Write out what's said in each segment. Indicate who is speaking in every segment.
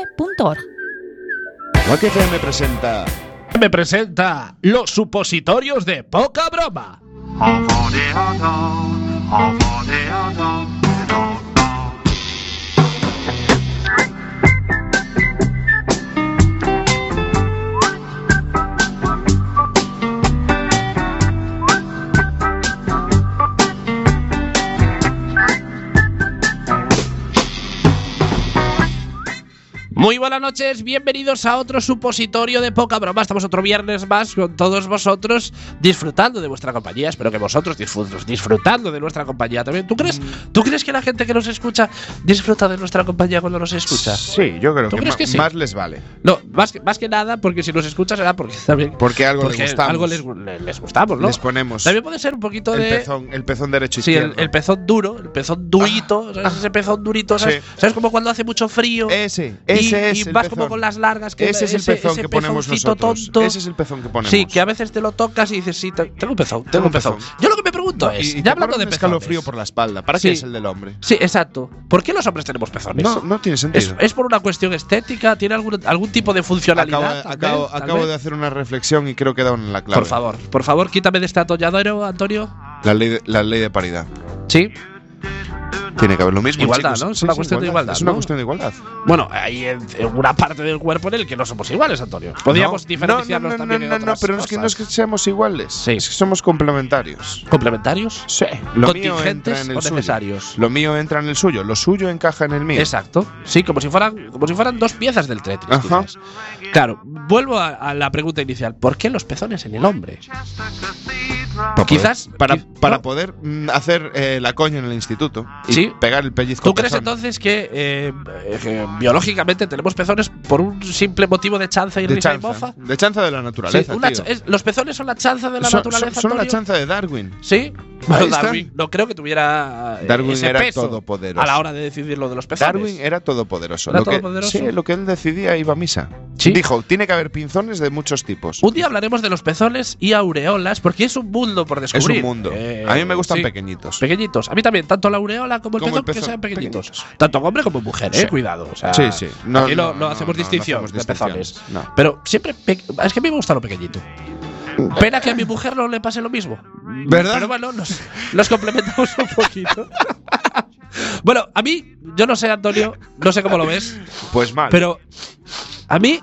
Speaker 1: fm.org.
Speaker 2: Rock FM presenta.
Speaker 3: Me presenta los supositorios de poca broma. Muy buenas noches, bienvenidos a otro supositorio de poca broma. Estamos otro viernes más con todos vosotros disfrutando de vuestra compañía. Espero que vosotros disfrut- disfrutando de nuestra compañía también. ¿Tú crees, ¿Tú crees que la gente que nos escucha disfruta de nuestra compañía cuando nos escucha?
Speaker 2: Sí, yo creo
Speaker 3: ¿Tú
Speaker 2: que,
Speaker 3: crees
Speaker 2: ma-
Speaker 3: que sí?
Speaker 2: más les vale.
Speaker 3: No, más que, más que nada porque si nos escucha será porque también
Speaker 2: Porque algo
Speaker 3: porque
Speaker 2: les gustamos.
Speaker 3: algo les, gu- le- les gustamos, ¿no?
Speaker 2: Les ponemos
Speaker 3: También puede ser un poquito
Speaker 2: el,
Speaker 3: de
Speaker 2: pezón, el pezón derecho
Speaker 3: Sí, el,
Speaker 2: izquierdo.
Speaker 3: el pezón duro, el pezón durito, ¿sabes? ese pezón durito, ¿sabes?
Speaker 2: Ah. Sí. Eh,
Speaker 3: ¿Sabes? Como cuando hace mucho frío
Speaker 2: Ese, ese
Speaker 3: y,
Speaker 2: es
Speaker 3: y
Speaker 2: el
Speaker 3: vas
Speaker 2: pezón.
Speaker 3: como con las largas. Que
Speaker 2: ese es el pezón
Speaker 3: ese
Speaker 2: que ponemos
Speaker 3: pezoncito
Speaker 2: nosotros.
Speaker 3: Tonto.
Speaker 2: Ese es el pezón que ponemos.
Speaker 3: Sí, que a veces te lo tocas y dices, sí, te- tengo un pezón, tengo un pezón. Yo lo que me pregunto
Speaker 2: Y-
Speaker 3: es,
Speaker 2: y te
Speaker 3: ya hablando
Speaker 2: corre
Speaker 3: de
Speaker 2: un
Speaker 3: pezones.
Speaker 2: escalofrío por la espalda. ¿Para
Speaker 3: Sí.
Speaker 2: qué es el del hombre?
Speaker 3: Sí, exacto. ¿Por qué los hombres tenemos pezones?
Speaker 2: No, no tiene
Speaker 3: ¿Es,
Speaker 2: sentido.
Speaker 3: es por una cuestión estética? ¿Tiene algún, algún tipo de funcionalidad?
Speaker 2: acabo
Speaker 3: tal
Speaker 2: acabo-
Speaker 3: vez? Tal
Speaker 2: acabo
Speaker 3: vez.
Speaker 2: de hacer una reflexión y creo que he dado en la clave.
Speaker 3: Por favor, por favor, quítame de este atolladero, Antonio.
Speaker 2: La ley de, la ley de paridad.
Speaker 3: Sí.
Speaker 2: Tiene que haber lo mismo.
Speaker 3: Igualdad,
Speaker 2: chicos.
Speaker 3: ¿no? Es una cuestión de igualdad,
Speaker 2: Es una
Speaker 3: ¿no?
Speaker 2: cuestión de igualdad.
Speaker 3: Bueno, hay en- en una parte del cuerpo en el que no somos iguales, Antonio. Podríamos
Speaker 2: No,
Speaker 3: diferenciarnos
Speaker 2: no, no, no,
Speaker 3: también
Speaker 2: no,
Speaker 3: en
Speaker 2: no,
Speaker 3: otras
Speaker 2: pero no es que no es que
Speaker 3: cosas.
Speaker 2: seamos iguales.
Speaker 3: Sí.
Speaker 2: Es que somos complementarios.
Speaker 3: ¿Complementarios?
Speaker 2: Sí. Lo mío entra
Speaker 3: ¿Contingentes
Speaker 2: en
Speaker 3: o
Speaker 2: el suyo.
Speaker 3: necesarios?
Speaker 2: Lo mío entra en el suyo. Lo suyo encaja en el mío.
Speaker 3: Exacto. Sí, como si fueran, como si fueran dos piezas del Tetris.
Speaker 2: Ajá.
Speaker 3: quizás. Claro, vuelvo a, a la pregunta inicial. ¿Por qué los pezones en el hombre?
Speaker 2: Para poder-
Speaker 3: quizás-
Speaker 2: para,
Speaker 3: quiz-
Speaker 2: para
Speaker 3: no.
Speaker 2: poder mm, hacer eh, la coña en el instituto y
Speaker 3: Sí.
Speaker 2: pegar el pellizco.
Speaker 3: ¿Tú crees
Speaker 2: pezón.
Speaker 3: entonces que eh, eh, que biológicamente tenemos pezones por un simple motivo de chanza y
Speaker 2: de
Speaker 3: risa y
Speaker 2: chanza,
Speaker 3: mofa?
Speaker 2: de chanza de la
Speaker 3: Sí,
Speaker 2: naturaleza?
Speaker 3: una
Speaker 2: tío.
Speaker 3: ch- es- los pezones son la chanza de la
Speaker 2: Son-
Speaker 3: naturaleza.
Speaker 2: son- son la
Speaker 3: Antonio?
Speaker 2: chanza de Darwin.
Speaker 3: Sí. Bueno,
Speaker 2: está.
Speaker 3: Darwin no creo que tuviera eh,
Speaker 2: Darwin
Speaker 3: ese
Speaker 2: era
Speaker 3: peso
Speaker 2: todopoderoso.
Speaker 3: a la hora de decidir lo de los pezones.
Speaker 2: Darwin eh, era todopoderoso.
Speaker 3: ¿Era
Speaker 2: lo que,
Speaker 3: todopoderoso?
Speaker 2: Sí, lo que él decidía iba a misa.
Speaker 3: Sí.
Speaker 2: Dijo, tiene que haber pinzones de muchos tipos.
Speaker 3: Un día hablaremos de los pezones y aureolas porque es un mundo por
Speaker 2: es
Speaker 3: descubrir.
Speaker 2: un mundo.
Speaker 3: Eh,
Speaker 2: a mí me gustan
Speaker 3: sí.
Speaker 2: pequeñitos.
Speaker 3: Pequeñitos. A mí también, tanto la aureola como el
Speaker 2: Como
Speaker 3: pezón,
Speaker 2: el
Speaker 3: que
Speaker 2: pezón,
Speaker 3: sean pequeñitos.
Speaker 2: pequeñitos.
Speaker 3: Tanto hombre como mujer, eh.
Speaker 2: Sí.
Speaker 3: Cuidado. O sea,
Speaker 2: sí, sí.
Speaker 3: aquí no, no hacemos distinción
Speaker 2: hacemos
Speaker 3: de pezones.
Speaker 2: distinciones, no.
Speaker 3: Pero siempre. pe- Es que a mí me gusta lo pequeñito. Pena que a mi mujer no le pase lo mismo.
Speaker 2: ¿Verdad?
Speaker 3: Pero bueno, nos, nos complementamos un poquito. bueno, a mí, yo no sé, Antonio, no sé cómo lo ves,
Speaker 2: Pues mal.
Speaker 3: pero a mí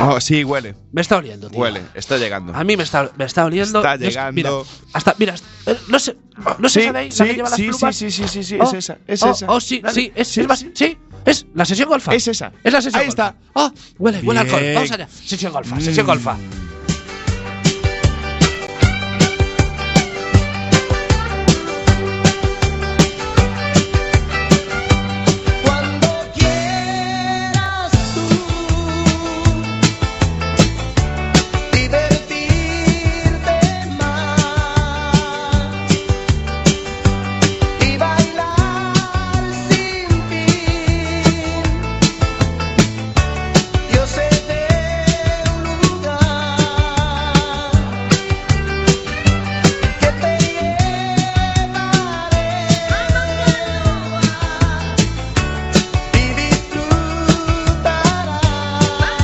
Speaker 2: Oh, sí, huele.
Speaker 3: me está oliendo, tío.
Speaker 2: Huele. Está llegando.
Speaker 3: A mí me está, me está oliendo.
Speaker 2: Está
Speaker 3: No sé,
Speaker 2: llegando.
Speaker 3: Mira, hasta, mira, eh, no sé, no sé,
Speaker 2: sí,
Speaker 3: ¿sabéis?
Speaker 2: sí,
Speaker 3: la que lleva
Speaker 2: sí,
Speaker 3: las
Speaker 2: sí,
Speaker 3: plumas.
Speaker 2: sí, sí, sí, sí,
Speaker 3: Oh,
Speaker 2: es esa, es
Speaker 3: oh,
Speaker 2: esa.
Speaker 3: Oh, sí,
Speaker 2: Dale.
Speaker 3: sí, es, es, basi- sí, es la sesión golfa.
Speaker 2: Es esa.
Speaker 3: Es la sesión
Speaker 2: Ahí
Speaker 3: golfa.
Speaker 2: está.
Speaker 3: Oh, huele, huele a alcohol.
Speaker 2: Bien.
Speaker 3: Vamos allá. Sesión golfa, sesión
Speaker 2: Mm.
Speaker 3: golfa.
Speaker 4: Cuando quieras tú divertirte más y bailar sin fin, yo sé de un lugar que te llevaré. Y disfrutarás de una noche que nunca olvidarás.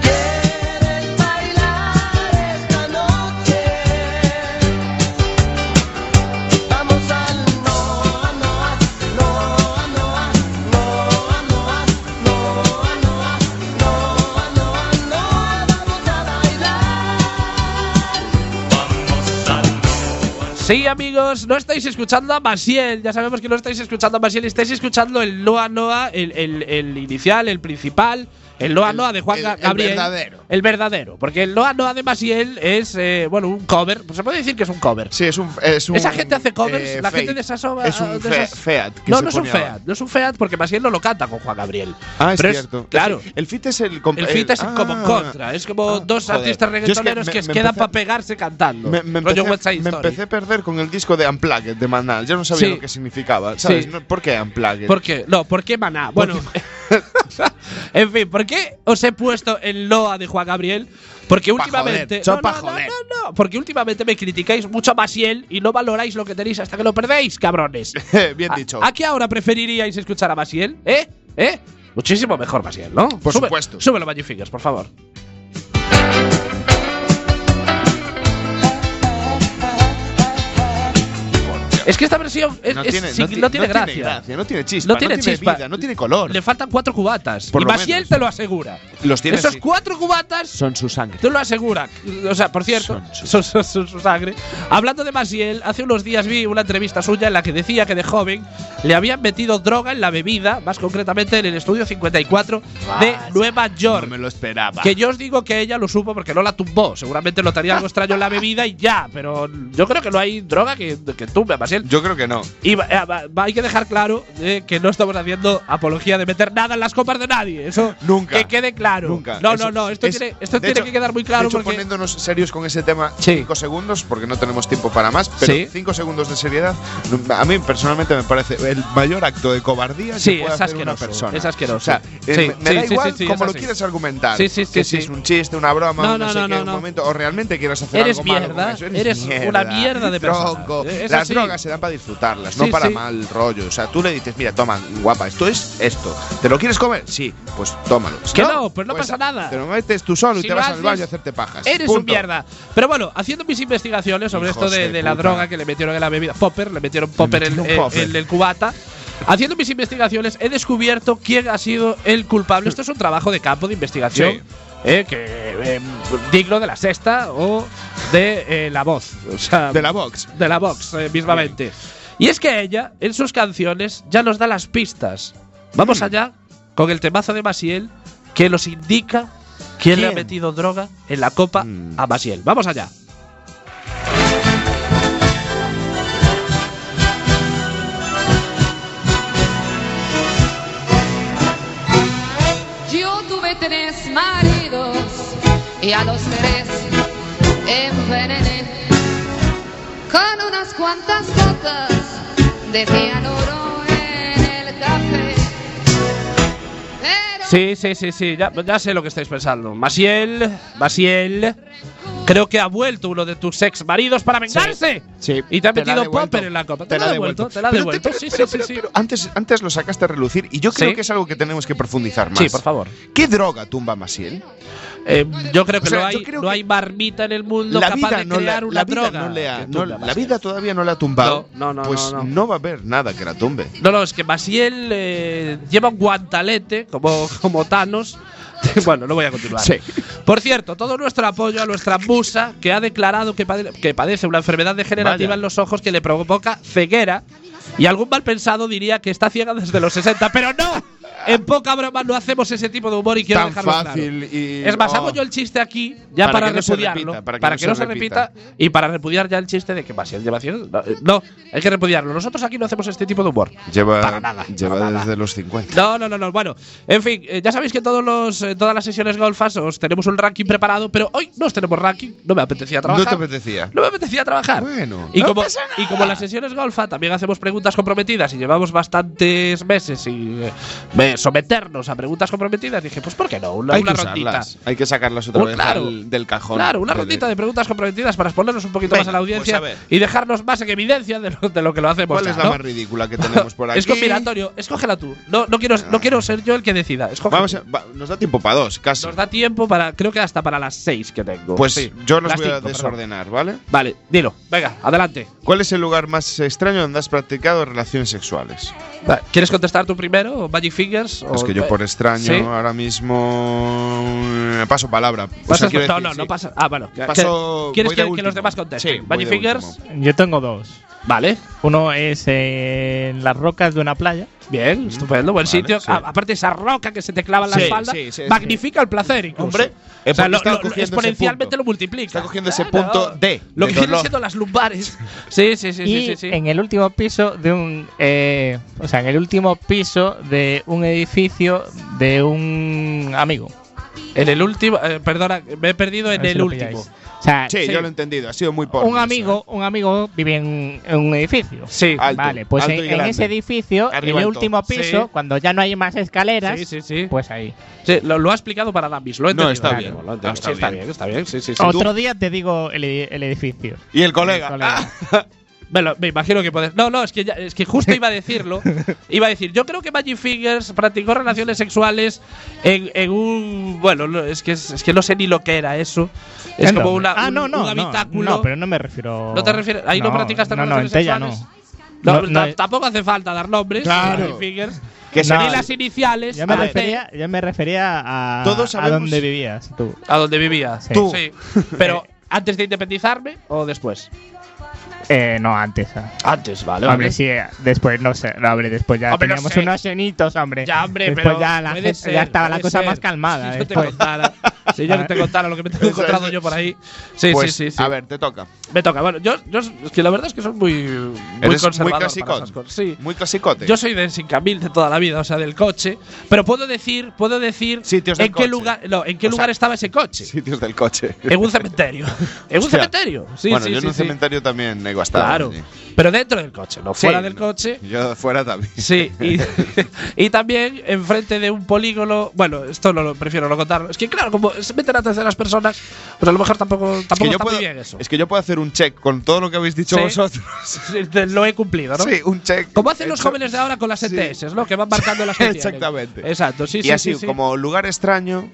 Speaker 4: ¿Quieres bailar esta noche? Vamos al Noa, Noa, Noa, Noa, Noa, Noa, Noa, Noa, Noa, Noa, Noa, vamos a bailar.
Speaker 3: Sí, amigos, no estáis escuchando a Masiel. Ya sabemos que no estáis escuchando a Masiel. Estáis escuchando el Noa Noa, el, el- el inicial, el principal. El Noa
Speaker 2: El-
Speaker 3: Noa de Juan
Speaker 2: el-
Speaker 3: Ga-
Speaker 2: el
Speaker 3: Gabriel.
Speaker 2: verdadero.
Speaker 3: El verdadero. Porque el Noa Noa de Masiel es, eh, bueno, un cover. Pues se puede decir que es un cover.
Speaker 2: Sí, es un, es un,
Speaker 3: Esa gente hace covers,
Speaker 2: eh,
Speaker 3: la
Speaker 2: Fate.
Speaker 3: gente de esas obras.
Speaker 2: Es un fe- Feat. que
Speaker 3: no,
Speaker 2: se
Speaker 3: no es un
Speaker 2: pone ahora.
Speaker 3: Feat, no es un Feat porque Masiel no lo canta con Juan Gabriel.
Speaker 2: Ah, es
Speaker 3: Pero
Speaker 2: cierto.
Speaker 3: claro.
Speaker 2: El fit es el. comp-
Speaker 3: El fit es
Speaker 2: ah.
Speaker 3: como en contra, es como
Speaker 2: Ah,
Speaker 3: dos
Speaker 2: joder.
Speaker 3: artistas
Speaker 2: Yo es que
Speaker 3: reggaetoneros
Speaker 2: me-
Speaker 3: que, se
Speaker 2: me
Speaker 3: quedan
Speaker 2: empecé-
Speaker 3: para pegarse cantando.
Speaker 2: Me, me
Speaker 3: Rollo
Speaker 2: empecé,
Speaker 3: West Side
Speaker 2: me
Speaker 3: Story.
Speaker 2: empecé a perder con el disco de Unplugged de Manal. Yo no sabía
Speaker 3: Sí.
Speaker 2: lo que significaba. ¿Sabes?
Speaker 3: Sí.
Speaker 2: No- ¿Por qué Unplugged?
Speaker 3: ¿Por qué? No, ¿por qué Maná? Bueno, En fin, ¿por qué os he puesto el Loa de Juan Gabriel? Porque
Speaker 2: Pa'
Speaker 3: últimamente.
Speaker 2: joder, son
Speaker 3: no,
Speaker 2: pa'
Speaker 3: no, no,
Speaker 2: joder.
Speaker 3: no, no, porque últimamente me criticáis mucho a Maciel y no valoráis lo que tenéis hasta que lo perdéis, cabrones.
Speaker 2: Bien
Speaker 3: ¿A-
Speaker 2: dicho.
Speaker 3: ¿A, qué ahora preferiríais escuchar a Maciel? ¿Eh? ¿Eh? Muchísimo mejor, Maciel, ¿no?
Speaker 2: Por supuesto.
Speaker 3: Súbelo, Magnificers, por favor. Es que esta versión es- es sin-
Speaker 2: ti-
Speaker 3: no tiene
Speaker 2: no
Speaker 3: gracia.
Speaker 2: no tiene chispa,
Speaker 3: No
Speaker 2: no
Speaker 3: tiene
Speaker 2: tiene,
Speaker 3: chispa.
Speaker 2: vida, no tiene color.
Speaker 3: Le faltan cuatro cubatas.
Speaker 2: Por
Speaker 3: y
Speaker 2: lo
Speaker 3: Maciel
Speaker 2: menos.
Speaker 3: te lo asegura.
Speaker 2: Los tiene
Speaker 3: Esos
Speaker 2: así.
Speaker 3: cuatro cubatas
Speaker 2: Son su sangre.
Speaker 3: Te lo asegura. O sea, por cierto, son, son- son su sangre. Hablando de Maciel, hace unos días vi una entrevista suya en la que decía que de joven le habían metido droga en la bebida, más concretamente en el estudio 54 de Nueva York.
Speaker 2: No me lo esperaba.
Speaker 3: Que yo os digo que ella lo supo porque no la tumbó. Seguramente notaría algo extraño en la bebida y ya. Pero yo creo que no hay droga que, que tumbe a Maciel.
Speaker 2: Yo creo que no.
Speaker 3: Y va- eh, va- va- hay que dejar claro eh, que no estamos haciendo apología de meter nada en las copas de nadie. Eso
Speaker 2: Nunca.
Speaker 3: que quede claro.
Speaker 2: Nunca.
Speaker 3: No,
Speaker 2: Eso
Speaker 3: no, no. Esto
Speaker 2: es-
Speaker 3: tiene, esto
Speaker 2: de
Speaker 3: tiene
Speaker 2: hecho-
Speaker 3: que quedar muy
Speaker 2: de
Speaker 3: claro
Speaker 2: hecho,
Speaker 3: porque.
Speaker 2: poniéndonos serios con ese tema,
Speaker 3: Sí.
Speaker 2: 5 segundos, porque no tenemos tiempo para más, pero
Speaker 3: Sí.
Speaker 2: 5 segundos de seriedad, a mí personalmente me parece el mayor acto de cobardía
Speaker 3: Sí,
Speaker 2: que puede
Speaker 3: es
Speaker 2: hacer una
Speaker 3: asqueroso,
Speaker 2: persona.
Speaker 3: es asqueroso.
Speaker 2: O sea, eh,
Speaker 3: Sí,
Speaker 2: me- me
Speaker 3: sí,
Speaker 2: da
Speaker 3: sí,
Speaker 2: igual
Speaker 3: sí, sí,
Speaker 2: cómo
Speaker 3: es
Speaker 2: lo
Speaker 3: así.
Speaker 2: quieres argumentar.
Speaker 3: Sí, sí, sí,
Speaker 2: que
Speaker 3: sí.
Speaker 2: si es un chiste, una broma,
Speaker 3: No,
Speaker 2: un no,
Speaker 3: no,
Speaker 2: sé
Speaker 3: no,
Speaker 2: qué,
Speaker 3: no,
Speaker 2: un
Speaker 3: no.
Speaker 2: momento, o realmente quieres hacer
Speaker 3: Eres
Speaker 2: algo malo con
Speaker 3: mierda,
Speaker 2: eso,
Speaker 3: eres una mierda de persona.
Speaker 2: tronco.
Speaker 3: Es
Speaker 2: Las
Speaker 3: así.
Speaker 2: drogas se dan para disfrutarlas,
Speaker 3: Sí,
Speaker 2: no para
Speaker 3: sí.
Speaker 2: mal rollo. O sea, tú le dices, mira, toma, guapa, esto es esto. ¿Te lo quieres comer? Sí, pues tómalo. Si
Speaker 3: Que no, pues no pasa nada.
Speaker 2: Te lo metes tú solo
Speaker 3: Si
Speaker 2: y te
Speaker 3: lo
Speaker 2: vas
Speaker 3: haces,
Speaker 2: al baño a hacerte pajas.
Speaker 3: Eres un
Speaker 2: Punto.
Speaker 3: mierda. Pero bueno, haciendo mis investigaciones sobre
Speaker 2: Hijos
Speaker 3: esto de,
Speaker 2: de
Speaker 3: de la
Speaker 2: puta.
Speaker 3: droga que le metieron en la bebida Popper, le metieron Popper,
Speaker 2: metieron
Speaker 3: en, en-
Speaker 2: popper.
Speaker 3: en el cubata. Haciendo mis investigaciones he descubierto quién ha sido el culpable. Esto es un trabajo de campo de investigación.
Speaker 2: Sí.
Speaker 3: eh, que, eh, digno de la sexta o de eh, la voz. O sea,
Speaker 2: De la box.
Speaker 3: de la Vox, eh, mismamente. Y es que ella, en sus canciones, ya nos da las pistas. Vamos allá con el temazo de Masiel, que nos indica quién, le ha
Speaker 2: ¿Quién?
Speaker 3: metido droga en la copa
Speaker 2: Mm.
Speaker 3: a Masiel. Vamos allá.
Speaker 1: Yo tuve tres maridos y a los tres envenené con unas cuantas gotas de cianuro en el café. Pero
Speaker 3: Sí, sí, sí, sí, ya, ya sé lo que estáis pensando. Masiel, Masiel, creo que ha vuelto uno de tus ex maridos para vengarse.
Speaker 2: Sí.
Speaker 3: Y te ha
Speaker 2: Te la ha
Speaker 3: metido
Speaker 2: devuelto.
Speaker 3: Popper en la copa. Te,
Speaker 2: Te
Speaker 3: la
Speaker 2: la
Speaker 3: ha
Speaker 2: ha
Speaker 3: devuelto,
Speaker 2: devuelto.
Speaker 3: te la ha
Speaker 2: Pero te-
Speaker 3: devuelto.
Speaker 2: pero-
Speaker 3: sí,
Speaker 2: pero-
Speaker 3: sí, sí, sí.
Speaker 2: pero antes, antes lo sacaste a relucir y yo creo
Speaker 3: Sí.
Speaker 2: que es algo que tenemos que profundizar más.
Speaker 3: Sí, por favor.
Speaker 2: ¿Qué droga tumba a Maciel?
Speaker 3: Eh, yo creo que
Speaker 2: O sea,
Speaker 3: no,
Speaker 2: yo
Speaker 3: hay,
Speaker 2: creo
Speaker 3: no
Speaker 2: que
Speaker 3: hay marmita en el mundo capaz de
Speaker 2: le ha-
Speaker 3: crear una
Speaker 2: la vida
Speaker 3: droga.
Speaker 2: no le ha-
Speaker 3: que
Speaker 2: no-
Speaker 3: tumbe a
Speaker 2: la
Speaker 3: Maciel.
Speaker 2: vida todavía no la ha tumbado.
Speaker 3: No, no, no,
Speaker 2: Pues
Speaker 3: no, no.
Speaker 2: va a haber nada que la tumbe.
Speaker 3: No, no, es que Maciel eh, lleva un guantalete como, como Thanos. bueno, no voy a continuar.
Speaker 2: Sí.
Speaker 3: Por cierto, todo nuestro apoyo a nuestra musa que ha declarado que, pade- que padece una enfermedad degenerativa
Speaker 2: Vaya.
Speaker 3: en los ojos que le provoca ceguera. Y algún mal pensado diría que está ciega desde los 60, pero no. En poca broma no hacemos ese tipo de humor y quiero
Speaker 2: Tan
Speaker 3: dejarlo claro.
Speaker 2: fácil y.
Speaker 3: Es más, hago
Speaker 2: oh.
Speaker 3: yo el chiste aquí ya para,
Speaker 2: Para que no se
Speaker 3: repudiarlo.
Speaker 2: repita,
Speaker 3: para, que no se repita. Y para repudiar ya el chiste de que Maciel lleva haciendo. No, eh, No, hay que repudiarlo. Nosotros aquí no hacemos este tipo de humor.
Speaker 2: Lleva,
Speaker 3: Para nada,
Speaker 2: lleva
Speaker 3: para nada.
Speaker 2: desde los 50.
Speaker 3: No, no, no, no. Bueno, en fin, eh, ya sabéis que todos los, eh, todas las sesiones golfas os tenemos un ranking preparado, pero hoy no os tenemos ranking. No me apetecía
Speaker 2: No
Speaker 3: trabajar.
Speaker 2: te apetecía.
Speaker 3: No me apetecía trabajar.
Speaker 2: Bueno,
Speaker 3: y
Speaker 2: no
Speaker 3: como,
Speaker 2: pasa nada.
Speaker 3: y como en las sesiones golfa también hacemos preguntas comprometidas y llevamos bastantes meses sin eh, me- someternos a preguntas comprometidas, dije, pues ¿por qué no? Una,
Speaker 2: Hay
Speaker 3: una
Speaker 2: que
Speaker 3: rondita.
Speaker 2: usarlas. Hay que sacarlas otra
Speaker 3: Un-
Speaker 2: vez
Speaker 3: claro.
Speaker 2: al- del cajón.
Speaker 3: Claro, una
Speaker 2: De-
Speaker 3: rondita de preguntas comprometidas para exponernos un poquito
Speaker 2: Venga,
Speaker 3: más a la audiencia
Speaker 2: pues a ver.
Speaker 3: y dejarnos más en evidencia de lo, de lo que lo hacemos.
Speaker 2: ¿Cuál
Speaker 3: ya,
Speaker 2: es la
Speaker 3: ¿no?
Speaker 2: más ridícula que tenemos por aquí? Ah.
Speaker 3: Es combinatorio, escógela tú. No, no, quiero, no quiero ser yo el que decida. escógela
Speaker 2: Vamos
Speaker 3: tú.
Speaker 2: a- va- nos da tiempo para dos, casi.
Speaker 3: Nos da tiempo para, creo que hasta para las seis que tengo.
Speaker 2: Pues
Speaker 3: Sí,
Speaker 2: yo los
Speaker 3: las
Speaker 2: voy a
Speaker 3: cinco, perdón.
Speaker 2: desordenar, ¿vale?
Speaker 3: Vale, dilo. Venga, adelante.
Speaker 2: ¿Cuál es el lugar más extraño donde has practicado relaciones sexuales?
Speaker 3: Va, ¿Quieres contestar tú primero, o Magic Fingers? o- eh,
Speaker 2: es que yo por extraño
Speaker 3: ¿Sí?
Speaker 2: ahora mismo eh, paso palabra. O sea,
Speaker 3: Pasas-
Speaker 2: quiero
Speaker 3: no,
Speaker 2: decir,
Speaker 3: no,
Speaker 2: sí.
Speaker 3: no pasa. Ah, bueno. que-
Speaker 2: Paso-
Speaker 3: ¿Quieres
Speaker 2: voy de
Speaker 3: que, que
Speaker 2: último.
Speaker 3: los demás contesten?
Speaker 2: Sí, voy
Speaker 3: Magic
Speaker 2: de
Speaker 3: Fingers.
Speaker 2: último.
Speaker 5: Yo tengo dos.
Speaker 3: Vale.
Speaker 5: Uno es eh, en las rocas de una playa.
Speaker 3: Bien, estupendo, buen
Speaker 2: Mm. Vale,
Speaker 3: sitio.
Speaker 2: sí.
Speaker 3: A- aparte, esa roca que se te clava en la
Speaker 2: Sí,
Speaker 3: espalda
Speaker 2: sí, sí, sí.
Speaker 3: magnifica el placer, incluso.
Speaker 2: Hombre,
Speaker 3: o
Speaker 2: es
Speaker 3: sea,
Speaker 2: porque
Speaker 3: lo-
Speaker 2: está
Speaker 3: lo- lo-
Speaker 2: cogiendo ese
Speaker 3: exponencialmente
Speaker 2: punto.
Speaker 3: lo multiplica.
Speaker 2: Está cogiendo ese punto de-
Speaker 3: Ah, Lo
Speaker 2: de
Speaker 3: que vienen
Speaker 2: dolor.
Speaker 3: siendo las lumbares. Sí, sí, sí, sí.
Speaker 5: y
Speaker 3: sí, sí.
Speaker 5: en el último piso de un. eh, o sea, en el último piso de un edificio de un amigo.
Speaker 3: En el último. eh, perdona, me he perdido
Speaker 5: A
Speaker 3: en
Speaker 5: ver si
Speaker 3: el
Speaker 5: lo
Speaker 3: último.
Speaker 5: pilláis. O sea,
Speaker 2: Sí,
Speaker 5: sí,
Speaker 2: yo lo he entendido. Ha sido muy pobre.
Speaker 5: un amigo, un amigo vive en, en un edificio.
Speaker 3: Sí.
Speaker 2: Alto,
Speaker 5: vale, pues
Speaker 2: alto
Speaker 5: en,
Speaker 2: y
Speaker 5: en
Speaker 2: grande.
Speaker 5: ese edificio,
Speaker 2: Arriba
Speaker 5: en
Speaker 2: en
Speaker 5: el último
Speaker 2: todo.
Speaker 5: piso,
Speaker 3: Sí.
Speaker 5: cuando ya no hay más escaleras,
Speaker 3: Sí, sí, sí.
Speaker 5: pues ahí.
Speaker 3: Sí, lo, lo ha explicado para Damis. Lo he
Speaker 2: No,
Speaker 3: entendido,
Speaker 2: está
Speaker 3: lo
Speaker 2: bien.
Speaker 3: he entendido.
Speaker 2: Ah, está
Speaker 3: Sí, está
Speaker 2: bien.
Speaker 3: bien, está bien. Sí, sí, sí.
Speaker 5: Otro día te digo el, edi- el edificio.
Speaker 2: Y el colega.
Speaker 5: El colega.
Speaker 2: Ah,
Speaker 3: Me, lo- me imagino que poder. No, no, es que, ya- es que justo iba a decirlo. iba a decir, yo creo que Magic Fingers practicó relaciones sexuales en, en un. Bueno, no, es, que, es, es que no sé ni lo que era eso. Es
Speaker 5: Entonces-
Speaker 3: como una,
Speaker 5: ah,
Speaker 3: un,
Speaker 5: no, no,
Speaker 3: un
Speaker 5: no,
Speaker 3: habitáculo.
Speaker 5: No, pero no me refiero.
Speaker 3: ¿No te refieres? Ahí no, practicas
Speaker 5: no, no, en
Speaker 3: relaciones
Speaker 5: Tella
Speaker 3: sexuales.
Speaker 5: no.
Speaker 3: No,
Speaker 5: No, no,
Speaker 3: t- tampoco hace falta dar nombres.
Speaker 2: Claro.
Speaker 3: Magic Fingers.
Speaker 2: que se
Speaker 5: No,
Speaker 3: Ni
Speaker 2: ríe
Speaker 3: las iniciales.
Speaker 5: Yo me,
Speaker 3: a ver,
Speaker 5: refería, yo me refería a,
Speaker 2: Todos
Speaker 5: a
Speaker 2: sabemos-
Speaker 5: dónde vivías tú.
Speaker 3: A donde vivía.
Speaker 5: Sí.
Speaker 2: Tú.
Speaker 3: Sí. Pero antes de independizarme o después.
Speaker 5: Eh, no, antes. ah.
Speaker 3: Antes, vale.
Speaker 5: hombre, sí, eh, después no sé. No, hombre, después ya
Speaker 3: Hombre, no
Speaker 5: teníamos
Speaker 3: sé.
Speaker 5: unos cenitos, hombre.
Speaker 3: Ya, hombre,
Speaker 5: Eh, después
Speaker 3: pero
Speaker 5: ya, la
Speaker 3: puede
Speaker 5: gente-
Speaker 3: ser,
Speaker 5: ya estaba la
Speaker 3: puede
Speaker 5: cosa
Speaker 3: ser.
Speaker 5: más calmada. ¿eh?
Speaker 3: Si yo
Speaker 5: Pues
Speaker 3: te
Speaker 5: después.
Speaker 3: contara, si yo no te contara lo que me tengo
Speaker 2: Eso,
Speaker 3: encontrado
Speaker 2: eso.
Speaker 3: yo por ahí. Sí,
Speaker 2: Pues,
Speaker 3: sí, sí, sí.
Speaker 2: A ver, te toca.
Speaker 3: Me toca. Bueno, yo, yo es que la verdad es que soy muy, muy
Speaker 2: Eres muy
Speaker 3: conservador para
Speaker 2: clasicón.
Speaker 3: esas cosas. Sí.
Speaker 2: Muy clasicote.
Speaker 3: Yo soy del 5000 de toda la vida, o sea, del coche, pero puedo decir, puedo decir
Speaker 2: Sitios del
Speaker 3: en qué
Speaker 2: coche.
Speaker 3: lugar, no, en qué
Speaker 2: O
Speaker 3: lugar
Speaker 2: sea,
Speaker 3: estaba ese coche.
Speaker 2: Sitios del coche.
Speaker 3: En un cementerio. en un
Speaker 2: Hostia.
Speaker 3: cementerio. Sí,
Speaker 2: bueno,
Speaker 3: sí,
Speaker 2: yo
Speaker 3: sí,
Speaker 2: en un
Speaker 3: sí.
Speaker 2: cementerio también he gastado.
Speaker 3: Claro.
Speaker 2: sí.
Speaker 3: Pero dentro del coche, no
Speaker 2: Sí,
Speaker 3: fuera del
Speaker 2: no.
Speaker 3: coche.
Speaker 2: Yo fuera también.
Speaker 3: Sí, y, y también enfrente de un polígono. Bueno, esto no lo prefiero no contarlo. Es que, claro, como se meten a terceras personas, pues a lo mejor tampoco,
Speaker 2: Es que,
Speaker 3: tampoco
Speaker 2: yo
Speaker 3: está
Speaker 2: puedo,
Speaker 3: muy bien eso.
Speaker 2: es que yo puedo hacer un check con todo lo que habéis dicho
Speaker 3: Sí.
Speaker 2: vosotros.
Speaker 3: Lo he cumplido, ¿no?
Speaker 2: Sí, un check.
Speaker 3: Como hacen los
Speaker 2: Hecho-
Speaker 3: jóvenes de ahora con las
Speaker 2: Sí.
Speaker 3: ETS, ¿no? Que van marcando las que tienen.
Speaker 2: Exactamente.
Speaker 3: Exacto, sí,
Speaker 2: Y
Speaker 3: sí.
Speaker 2: así,
Speaker 3: sí, sí.
Speaker 2: como lugar extraño.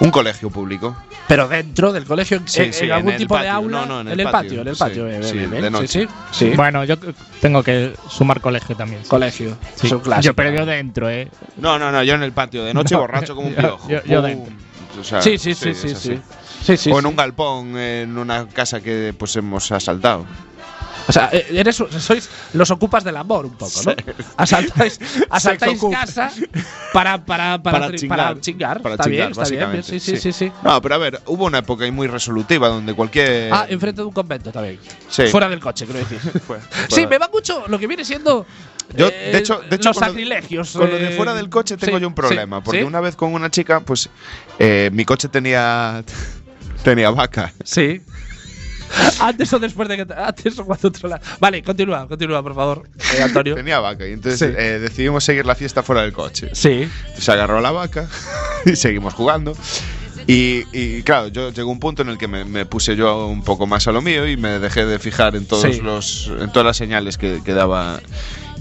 Speaker 2: Un colegio público.
Speaker 3: Pero dentro del colegio, en,
Speaker 2: Sí,
Speaker 3: en
Speaker 2: sí,
Speaker 3: algún
Speaker 2: en el
Speaker 3: tipo de
Speaker 2: patio.
Speaker 3: aula.
Speaker 2: No, no,
Speaker 3: en, el patio, en el patio. eh,
Speaker 2: sí,
Speaker 3: bien,
Speaker 2: de
Speaker 3: bien,
Speaker 2: noche.
Speaker 3: sí, sí, sí.
Speaker 5: Bueno, yo c- tengo que sumar colegio también. sí.
Speaker 3: colegio.
Speaker 5: Sí.
Speaker 3: Es un clásico.
Speaker 5: Yo, pero yo dentro, ¿eh?
Speaker 2: No, no, no, yo en el patio, de noche borracho como un
Speaker 5: yo-
Speaker 2: piojo.
Speaker 5: yo- yo
Speaker 2: Pum.
Speaker 5: dentro.
Speaker 2: O sea,
Speaker 3: Sí, sí, sí,
Speaker 2: Uh, es
Speaker 3: sí,
Speaker 2: así.
Speaker 3: sí. Sí, sí,
Speaker 2: o en
Speaker 3: sí.
Speaker 2: un galpón, en una casa que pues hemos asaltado.
Speaker 3: O sea, eh, eres, sois los ocupas del amor un poco, ¿no? Asaltáis, asaltáis
Speaker 2: Sexo ocupa.
Speaker 3: casa para, para, para,
Speaker 2: Para
Speaker 3: tri-
Speaker 2: chingar.
Speaker 3: para chingar.
Speaker 2: Para
Speaker 3: está
Speaker 2: chingar,
Speaker 3: bien, está bien, bien.
Speaker 2: básicamente.
Speaker 3: Sí, sí, sí. sí.
Speaker 2: No, pero a ver, hubo una época ahí muy resolutiva donde cualquier.
Speaker 3: Ah, enfrente de un convento también.
Speaker 2: Eh, Sí.
Speaker 3: Fuera del coche, quiero decir.
Speaker 2: Fuera.
Speaker 3: sí, me va mucho lo que viene siendo.
Speaker 2: Yo,
Speaker 3: eh,
Speaker 2: de hecho, de hecho
Speaker 3: los
Speaker 2: con lo-
Speaker 3: sacrilegios.
Speaker 2: Pues, Con lo de
Speaker 3: eh,
Speaker 2: fuera del coche tengo
Speaker 3: sí,
Speaker 2: yo un problema.
Speaker 3: sí,
Speaker 2: porque
Speaker 3: sí,
Speaker 2: una vez con una chica, pues eh, mi coche tenía. tenía vaca.
Speaker 3: Sí. antes o después de que. te- Antes o cuando te la- Vale, continúa, continúa, por favor, eh, Antonio.
Speaker 2: Tenía vaca. Y entonces
Speaker 3: Sí.
Speaker 2: eh, decidimos seguir la fiesta fuera del coche.
Speaker 3: Sí.
Speaker 2: Se agarró la vaca y seguimos jugando. Y, y, claro, yo llegó un punto en el que me, me puse yo un poco más a lo mío y me dejé de fijar en todos
Speaker 3: Sí.
Speaker 2: los en todas las señales que, que daba.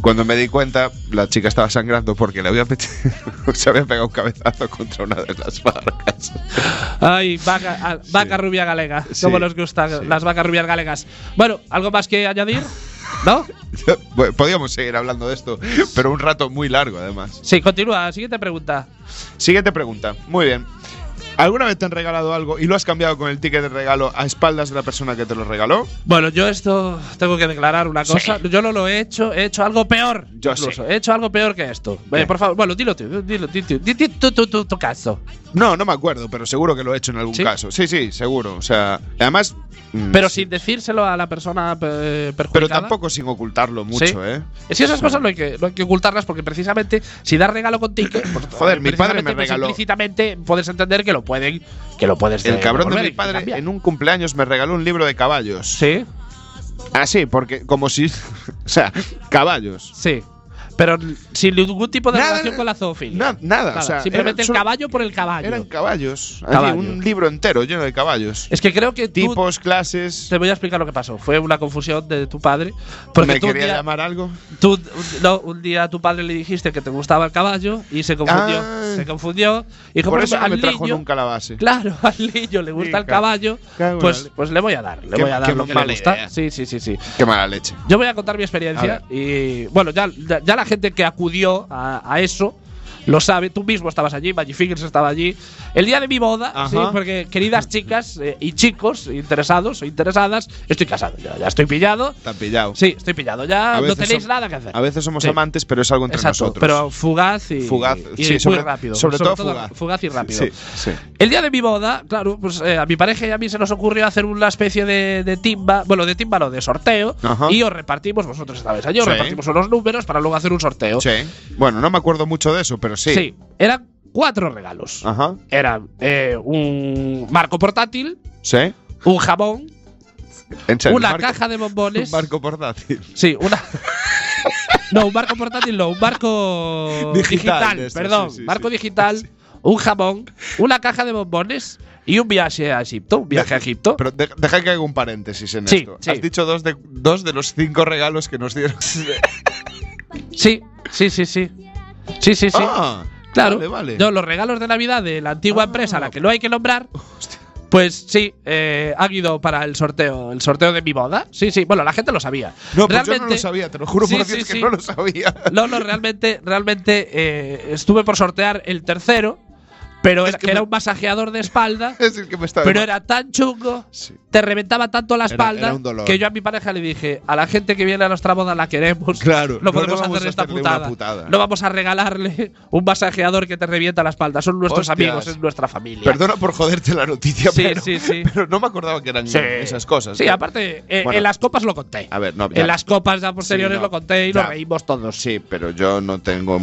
Speaker 2: Cuando me di cuenta, la chica estaba sangrando porque le había metido- se había pegado un cabezazo contra una de las barcas.
Speaker 3: Ay, vaca, ah, vaca rubia galega.
Speaker 2: Sí,
Speaker 3: Como nos gustan
Speaker 2: sí.
Speaker 3: las vacas rubias galegas. Bueno, ¿algo más que añadir? ¿No?
Speaker 2: Bueno, Podríamos seguir hablando de esto, pero un rato muy largo además.
Speaker 3: Sí, continúa. Siguiente pregunta.
Speaker 2: Siguiente pregunta. Muy bien. ¿Alguna vez te han regalado algo y lo has cambiado con el ticket de regalo a espaldas de la persona que te lo regaló?
Speaker 3: Bueno, yo esto tengo que declarar una cosa. Yo no lo he hecho, he hecho algo peor.
Speaker 2: Yo
Speaker 3: incluso.
Speaker 2: sí.
Speaker 3: He hecho algo peor que esto. Eh,
Speaker 2: Bien.
Speaker 3: por favor, bueno, dilo tú. Dilo, di tú, di- di tú, tú, tú, tu caso.
Speaker 2: No, no me acuerdo, pero seguro que lo he hecho en algún
Speaker 3: ¿Sí?
Speaker 2: caso. Sí, sí, seguro. O sea, además. mm,
Speaker 3: Pero
Speaker 2: sí.
Speaker 3: sin decírselo a la persona eh,
Speaker 2: Pero
Speaker 3: perjudicada.
Speaker 2: tampoco sin ocultarlo mucho,
Speaker 3: Sí.
Speaker 2: ¿eh?
Speaker 3: Es que esas cosas no hay que, no hay que ocultarlas porque precisamente si das regalo con ticket, pues,
Speaker 2: Joder, mi padre me
Speaker 3: precisamente, pues,
Speaker 2: regaló-
Speaker 3: Implícitamente puedes entender que lo pueden, que lo puedes.
Speaker 2: El
Speaker 3: eh,
Speaker 2: cabrón de
Speaker 3: devolver
Speaker 2: mi
Speaker 3: y
Speaker 2: padre
Speaker 3: cambiar.
Speaker 2: en un cumpleaños me regaló un libro de caballos.
Speaker 3: Sí,
Speaker 2: Ah, sí, porque como si. o sea, caballos.
Speaker 3: sí. Pero sin ningún tipo de
Speaker 2: Nada,
Speaker 3: relación
Speaker 2: nada,
Speaker 3: con la zoofilia.
Speaker 2: na- nada, o sea, eran
Speaker 3: simplemente el
Speaker 2: solo-
Speaker 3: caballo por el caballo.
Speaker 2: Eran caballos. Allí,
Speaker 3: Caballo.
Speaker 2: un libro entero lleno de caballos.
Speaker 3: Es que creo que tú-
Speaker 2: Tipos, clases.
Speaker 3: Te voy a explicar lo que pasó. Fue una confusión de tu padre. Porque
Speaker 2: ¿Me
Speaker 3: tú, un
Speaker 2: quería
Speaker 3: día,
Speaker 2: llamar algo?
Speaker 3: tú- un- no, un día a tu padre le dijiste que te gustaba el caballo y se confundió.
Speaker 2: Ah.
Speaker 3: se confundió. Y dijo,
Speaker 2: Por
Speaker 3: "Bueno,
Speaker 2: eso no
Speaker 3: al
Speaker 2: me trajo
Speaker 3: niño-
Speaker 2: nunca la base.
Speaker 3: Claro, al niño le gusta el
Speaker 2: cago-
Speaker 3: caballo.
Speaker 2: cago en la
Speaker 3: Pues,
Speaker 2: le-
Speaker 3: pues le voy a dar. Le
Speaker 2: Qué-
Speaker 3: voy a dar
Speaker 2: qué
Speaker 3: lo que le
Speaker 2: mala
Speaker 3: gusta.
Speaker 2: idea.
Speaker 3: Sí, sí, sí, sí.
Speaker 2: Qué mala leche.
Speaker 3: Yo voy a contar mi
Speaker 2: A
Speaker 3: experiencia y bueno, ya, ya, ya la gente que acudió a, a eso lo sabe. Tú mismo estabas allí, Magic Fingers estaba allí. El día de mi boda,
Speaker 2: Ajá.
Speaker 3: sí, porque queridas chicas eh, y chicos interesados o interesadas, estoy casado, ya, ya estoy pillado.
Speaker 2: Está pillado.
Speaker 3: Sí, estoy pillado, ya
Speaker 2: A
Speaker 3: no
Speaker 2: veces
Speaker 3: tenéis
Speaker 2: som-
Speaker 3: nada que hacer.
Speaker 2: A veces somos
Speaker 3: Sí.
Speaker 2: amantes, pero es algo entre
Speaker 3: Exacto,
Speaker 2: nosotros.
Speaker 3: pero fugaz y,
Speaker 2: Fugaz,
Speaker 3: y
Speaker 2: sí,
Speaker 3: muy
Speaker 2: sobre-
Speaker 3: rápido.
Speaker 2: sobre todo fugaz.
Speaker 3: y rápido.
Speaker 2: Sí, sí.
Speaker 3: El día de mi boda, claro, pues eh, a mi pareja y a mí se nos ocurrió hacer una especie de, de timba, bueno, de timba no, de sorteo,
Speaker 2: Ajá.
Speaker 3: y os repartimos, vosotros estabais allí, os
Speaker 2: Sí.
Speaker 3: repartimos unos números para luego hacer un sorteo.
Speaker 2: Sí. Ah. Bueno, no me acuerdo mucho de eso, pero sí.
Speaker 3: eran cuatro regalos.
Speaker 2: Ajá.
Speaker 3: Eran eh, un marco portátil,
Speaker 2: ¿Sí?
Speaker 3: un jabón,
Speaker 2: En serio,
Speaker 3: una
Speaker 2: marco-
Speaker 3: caja de bombones.
Speaker 2: Un barco portátil.
Speaker 3: Sí, una. no, un barco portátil, no, un barco
Speaker 2: Digital,
Speaker 3: digital,
Speaker 2: de estos,
Speaker 3: perdón,
Speaker 2: sí, sí,
Speaker 3: barco
Speaker 2: sí.
Speaker 3: digital, un jabón, una caja de bombones y un viaje a Egipto, un viaje a Egipto.
Speaker 2: Pero de- deja que haga un paréntesis en
Speaker 3: Sí,
Speaker 2: esto.
Speaker 3: sí.
Speaker 2: Has dicho dos de, dos de los cinco regalos que nos dieron.
Speaker 3: Sí, sí, sí, sí. Sí, sí, sí.
Speaker 2: Ah,
Speaker 3: claro.
Speaker 2: Vale, vale.
Speaker 3: No, los regalos de Navidad de la antigua
Speaker 2: Ah.
Speaker 3: empresa, a la que no hay que nombrar. Pues sí, eh, han ido para el sorteo, el sorteo de mi boda. Sí, sí, bueno, la gente lo sabía.
Speaker 2: No, pues yo no
Speaker 3: Realmente-
Speaker 2: lo sabía, te lo juro
Speaker 3: Sí,
Speaker 2: por
Speaker 3: sí,
Speaker 2: Dios que
Speaker 3: sí.
Speaker 2: no lo sabía.
Speaker 3: No, no, realmente, realmente eh, estuve por sortear el tercero, pero
Speaker 2: Es
Speaker 3: era,
Speaker 2: que
Speaker 3: que era
Speaker 2: me-
Speaker 3: un masajeador de espalda,
Speaker 2: Es el que me estaba.
Speaker 3: pero era tan chungo,
Speaker 2: Sí.
Speaker 3: te reventaba tanto la
Speaker 2: Era-
Speaker 3: espalda
Speaker 2: era un dolor.
Speaker 3: que yo a mi pareja le dije, a la gente que viene a nuestra boda la queremos.
Speaker 2: Claro,
Speaker 3: no
Speaker 2: no
Speaker 3: podemos
Speaker 2: le vamos
Speaker 3: hacer
Speaker 2: a
Speaker 3: esta
Speaker 2: hacerle una
Speaker 3: putada.
Speaker 2: putada.
Speaker 3: No vamos a regalarle un masajeador que te revienta la espalda. Son nuestros
Speaker 2: Hostias.
Speaker 3: amigos, es nuestra familia.
Speaker 2: Perdona por joderte la noticia,
Speaker 3: Sí,
Speaker 2: pero,
Speaker 3: sí, sí.
Speaker 2: pero no me acordaba que eran
Speaker 3: Sí.
Speaker 2: esas cosas.
Speaker 3: Sí,
Speaker 2: ¿no?
Speaker 3: aparte, eh,
Speaker 2: Bueno.
Speaker 3: en las copas lo conté.
Speaker 2: A ver, no, ya.
Speaker 3: en las copas ya posteriores
Speaker 2: no,
Speaker 3: lo conté y
Speaker 2: ya.
Speaker 3: nos reímos todos.
Speaker 2: Sí, pero yo no tengo.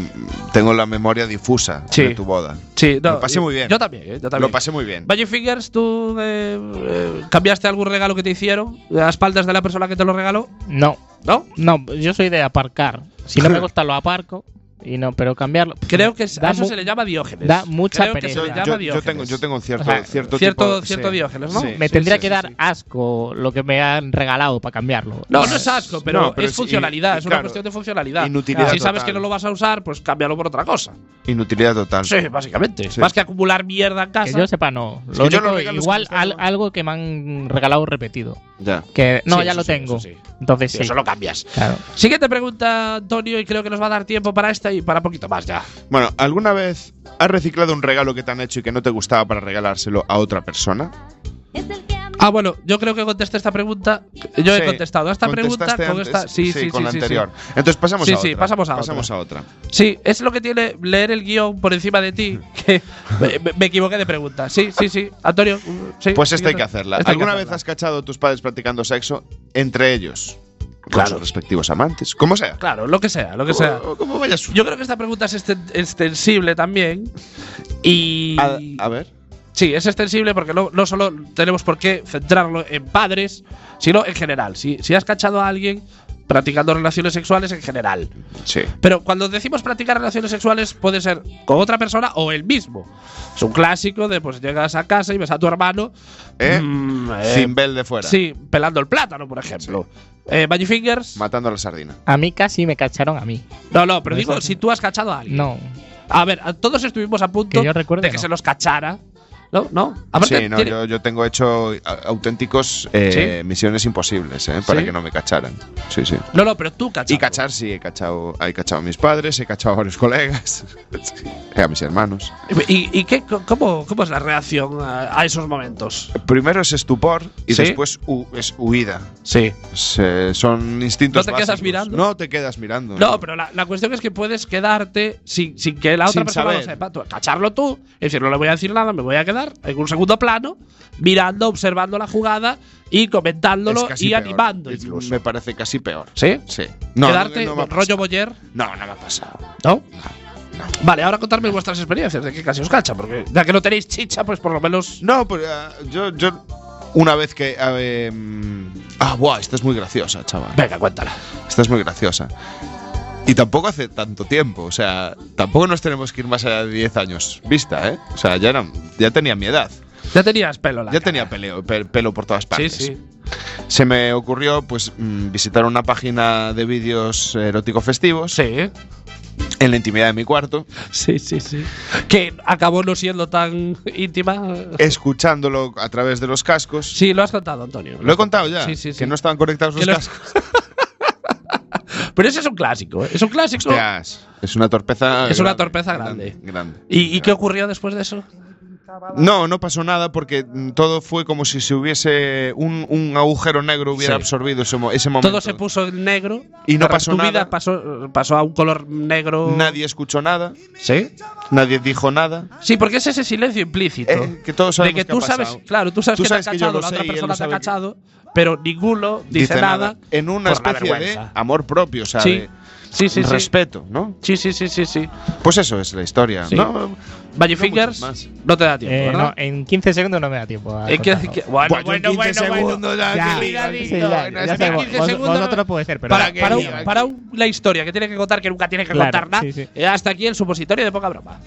Speaker 2: Tengo la memoria difusa
Speaker 3: Sí.
Speaker 2: de tu boda.
Speaker 3: Sí, no,
Speaker 2: Lo pasé
Speaker 3: yo-
Speaker 2: muy bien.
Speaker 3: Yo también, eh, yo también.
Speaker 2: Lo pasé muy bien.
Speaker 3: Valle Fingers, ¿tú eh, eh, cambiaste algún regalo que te hicieron a espaldas de la persona que te lo regaló?
Speaker 5: No,
Speaker 3: ¿No?
Speaker 5: no, yo soy de aparcar. Si no me gusta, lo aparco. Y no, pero cambiarlo. pff,
Speaker 3: Creo que es- a
Speaker 5: da
Speaker 3: eso
Speaker 5: mu-
Speaker 3: se le llama Diógenes.
Speaker 5: da mucha
Speaker 3: Creo
Speaker 5: pereza.
Speaker 3: Que se
Speaker 5: Yo-
Speaker 3: le llama
Speaker 2: yo, yo
Speaker 3: Diógenes.
Speaker 2: tengo, yo tengo cierto,
Speaker 5: O sea,
Speaker 2: cierto,
Speaker 3: cierto-
Speaker 2: tipo-
Speaker 3: cierto Diógenes, ¿no?
Speaker 5: Me
Speaker 2: sí,
Speaker 5: tendría
Speaker 2: sí,
Speaker 5: que
Speaker 2: sí,
Speaker 5: dar
Speaker 2: sí.
Speaker 5: asco lo que me han regalado para cambiarlo.
Speaker 3: No, no es asco, pero,
Speaker 2: No, pero
Speaker 3: es
Speaker 2: es- y-
Speaker 3: funcionalidad,
Speaker 2: y
Speaker 3: es una
Speaker 2: claro,
Speaker 3: cuestión de funcionalidad.
Speaker 2: inutilidad
Speaker 3: si sabes
Speaker 2: total.
Speaker 3: que no lo vas a usar, pues cámbialo por otra cosa.
Speaker 2: Inutilidad total.
Speaker 3: Sí, básicamente.
Speaker 2: Sí.
Speaker 3: Más que acumular mierda en
Speaker 5: Que
Speaker 3: casa.
Speaker 5: yo sepa, no.
Speaker 2: Es
Speaker 5: Lo
Speaker 2: que yo
Speaker 5: único,
Speaker 2: los regalos que
Speaker 5: igual
Speaker 2: me están
Speaker 5: al- algo que me han regalado repetido.
Speaker 2: Ya.
Speaker 5: Que no,
Speaker 3: Sí,
Speaker 5: ya
Speaker 3: eso
Speaker 5: lo
Speaker 3: sí,
Speaker 5: tengo.
Speaker 3: eso sí.
Speaker 5: Entonces
Speaker 3: Sí,
Speaker 5: sí.
Speaker 3: Eso lo cambias.
Speaker 5: Claro.
Speaker 3: Siguiente pregunta, Antonio, y creo que nos va a dar tiempo para esta y para poquito más ya.
Speaker 2: Bueno, ¿alguna vez has reciclado un regalo que te han hecho y que no te gustaba para regalárselo a otra persona?
Speaker 3: Ah, bueno, yo creo que contesté esta pregunta. Yo he
Speaker 2: Sí,
Speaker 3: contestado a esta pregunta
Speaker 2: contestaste
Speaker 3: con
Speaker 2: antes.
Speaker 3: esta. Sí, sí,
Speaker 2: con
Speaker 3: sí,
Speaker 2: la
Speaker 3: sí, sí.
Speaker 2: anterior. Entonces pasamos
Speaker 3: Sí,
Speaker 2: a
Speaker 3: sí,
Speaker 2: otra.
Speaker 3: pasamos a otra.
Speaker 2: pasamos a otra.
Speaker 3: Sí, es lo que tiene leer el guión por encima de ti.
Speaker 2: Mm.
Speaker 3: Que me, me equivoqué de pregunta. Sí, sí, sí. Antonio, mm, sí,
Speaker 2: Pues esta hay que
Speaker 3: siguiente.
Speaker 2: hacerla.
Speaker 3: Esta hay que
Speaker 2: ¿Alguna vez
Speaker 3: hacerla.
Speaker 2: has cachado a tus padres practicando sexo entre ellos? Con
Speaker 3: Claro.
Speaker 2: sus respectivos amantes. Como sea.
Speaker 3: Claro, lo que sea, lo que sea.
Speaker 2: Como, como vaya su-
Speaker 3: Yo creo que esta pregunta es exten- extensible también. Y.
Speaker 2: A, a ver.
Speaker 3: Sí, es extensible porque no, no solo tenemos por qué centrarlo en padres, sino en general. Si, si has cachado a alguien practicando relaciones sexuales en general.
Speaker 2: Sí.
Speaker 3: Pero cuando decimos practicar relaciones sexuales puede ser con otra persona o el mismo. Es un clásico de pues llegas a casa y ves a tu hermano
Speaker 2: ¿Eh?
Speaker 3: mm, eh,
Speaker 2: Sin bel de fuera.
Speaker 3: sí, pelando el plátano, por ejemplo. Eh, Magic Fingers.
Speaker 2: Matando a la sardina.
Speaker 5: A mí casi me cacharon a mí.
Speaker 3: no, no, pero
Speaker 5: no
Speaker 3: digo
Speaker 5: es-
Speaker 3: si tú has cachado a alguien.
Speaker 5: No.
Speaker 3: A ver, a- todos estuvimos a punto
Speaker 5: Que yo recuerde,
Speaker 3: de que
Speaker 5: no.
Speaker 3: se los cachara. No, no. Aparte,
Speaker 2: sí, no,
Speaker 3: tiene-
Speaker 2: yo, yo tengo hecho a- auténticos eh, misiones imposibles, eh, para
Speaker 3: ¿Sí?
Speaker 2: que no me cacharan. Sí, sí.
Speaker 3: no, no, pero tú cachas.
Speaker 2: Y cachar sí, he cachado, he cachado a mis padres, he cachado a varios colegas, eh, a mis hermanos.
Speaker 3: ¿Y, y qué, co- cómo, cómo es la reacción a, a esos momentos?
Speaker 2: Primero es estupor y
Speaker 3: ¿Sí?
Speaker 2: después hu- es huida.
Speaker 3: Sí.
Speaker 2: Se- son instintos
Speaker 3: No te quedas
Speaker 2: básicos.
Speaker 3: mirando.
Speaker 2: No te quedas mirando.
Speaker 3: No, pero la, la cuestión es que puedes quedarte sin, sin que la otra
Speaker 2: Sin
Speaker 3: persona lo
Speaker 2: saber.
Speaker 3: sepa. Tú, cacharlo tú, es decir, no le voy a decir nada, me voy a quedar en un segundo plano, mirando, observando la jugada y
Speaker 2: Es
Speaker 3: comentándolo
Speaker 2: casi
Speaker 3: y
Speaker 2: peor.
Speaker 3: animando
Speaker 2: Es-
Speaker 3: incluso.
Speaker 2: Me parece casi peor.
Speaker 3: ¿Sí?
Speaker 2: Sí. No,
Speaker 3: Quedarte
Speaker 2: no, no me ha
Speaker 3: con rollo
Speaker 2: pasado.
Speaker 3: Boyer.
Speaker 2: No, no me ha pasado.
Speaker 3: ¿No? Vale, ahora contadme vuestras experiencias de que casi os cacha, porque ya que no tenéis chicha, pues por lo menos.
Speaker 2: No, pues ah, yo, yo una vez que ah, eh, mm, ah, buah, esta es muy graciosa, chaval.
Speaker 3: Venga, cuéntala.
Speaker 2: Esta es muy graciosa. Y tampoco hace tanto tiempo, o sea, tampoco nos tenemos que ir más allá de 10 años vista, ¿eh? O sea, ya, era, ya tenía mi edad,
Speaker 3: Ya tenías pelo, la
Speaker 2: ya
Speaker 3: cara.
Speaker 2: tenía peleo, pe- pelo por todas
Speaker 3: Sí,
Speaker 2: partes.
Speaker 3: sí.
Speaker 2: Se me ocurrió, pues, mm, visitar una página de vídeos erótico-festivos
Speaker 3: Sí,
Speaker 2: en la intimidad de mi cuarto,
Speaker 3: sí, sí, sí. Que acabó no siendo tan íntima.
Speaker 2: escuchándolo a través de los cascos.
Speaker 3: Sí, lo has contado, Antonio.
Speaker 2: Lo he contado ya,
Speaker 3: Sí, sí, sí.
Speaker 2: que no estaban conectados
Speaker 3: Que
Speaker 2: los
Speaker 3: lo-
Speaker 2: cascos.
Speaker 3: Pero ese es un clásico, ¿eh? es un clásico.
Speaker 2: Hostias, es una torpeza.
Speaker 3: Es una
Speaker 2: grande,
Speaker 3: torpeza grande.
Speaker 2: grande.
Speaker 3: ¿Y, y
Speaker 2: Grande.
Speaker 3: qué ocurrió después de eso?
Speaker 2: No, no pasó nada porque mm, todo fue como si se hubiese un, un agujero negro hubiera
Speaker 3: Sí.
Speaker 2: absorbido ese, mo- ese momento.
Speaker 3: Todo se puso en negro.
Speaker 2: Y no
Speaker 3: Pero
Speaker 2: pasó
Speaker 3: tu vida
Speaker 2: nada.
Speaker 3: pasó, pasó a un color negro.
Speaker 2: Nadie escuchó nada,
Speaker 3: ¿Sí?
Speaker 2: nadie dijo nada.
Speaker 3: Sí, porque es ese silencio implícito.
Speaker 2: Eh, que todos
Speaker 3: de
Speaker 2: sabemos
Speaker 3: que
Speaker 2: qué
Speaker 3: tú
Speaker 2: ha
Speaker 3: sabes,
Speaker 2: pasado.
Speaker 3: claro, tú sabes
Speaker 2: Tú
Speaker 3: que
Speaker 2: sabes
Speaker 3: te ha
Speaker 2: que yo
Speaker 3: cachado,
Speaker 2: lo
Speaker 3: la
Speaker 2: sé
Speaker 3: otra
Speaker 2: y él
Speaker 3: persona
Speaker 2: no
Speaker 3: te ha
Speaker 2: sabe que-
Speaker 3: cachado, pero ninguno dice, nada.
Speaker 2: En una
Speaker 3: por la
Speaker 2: especie de
Speaker 3: vergüenza.
Speaker 2: amor propio, o sea,
Speaker 3: Sí.
Speaker 2: de-
Speaker 3: Sí, sí, sí.
Speaker 2: respeto, ¿no?
Speaker 3: Sí, sí, sí, sí, sí.
Speaker 2: Pues eso es la historia.
Speaker 3: Sí.
Speaker 2: ¿no?
Speaker 3: Valle
Speaker 2: No
Speaker 3: Fingers,
Speaker 2: muchas más.
Speaker 3: no eh, te da tiempo,
Speaker 5: Eh, no,
Speaker 3: ¿verdad?
Speaker 5: en 15 segundos no me da tiempo. a
Speaker 3: Es que-
Speaker 5: contarlo.
Speaker 3: que-
Speaker 2: Buah,
Speaker 3: bueno,
Speaker 2: yo en
Speaker 3: bueno,
Speaker 2: 15
Speaker 3: bueno, bueno.
Speaker 2: segundos, ya,
Speaker 5: Ya,
Speaker 2: qué ligadito,
Speaker 5: sí, ya,
Speaker 2: no,
Speaker 5: ya
Speaker 2: es que
Speaker 5: sabemos.
Speaker 2: 15
Speaker 5: Vos-
Speaker 2: segundos no-
Speaker 5: vosotros puede ser, pero
Speaker 3: pues, Para,
Speaker 5: no.
Speaker 3: para un-
Speaker 2: liga.
Speaker 3: para un- la historia que tiene que contar, que nunca tiene que
Speaker 5: Claro,
Speaker 3: contar nada.
Speaker 5: sí, sí.
Speaker 3: eh, Hasta aquí el supositorio de poca broma.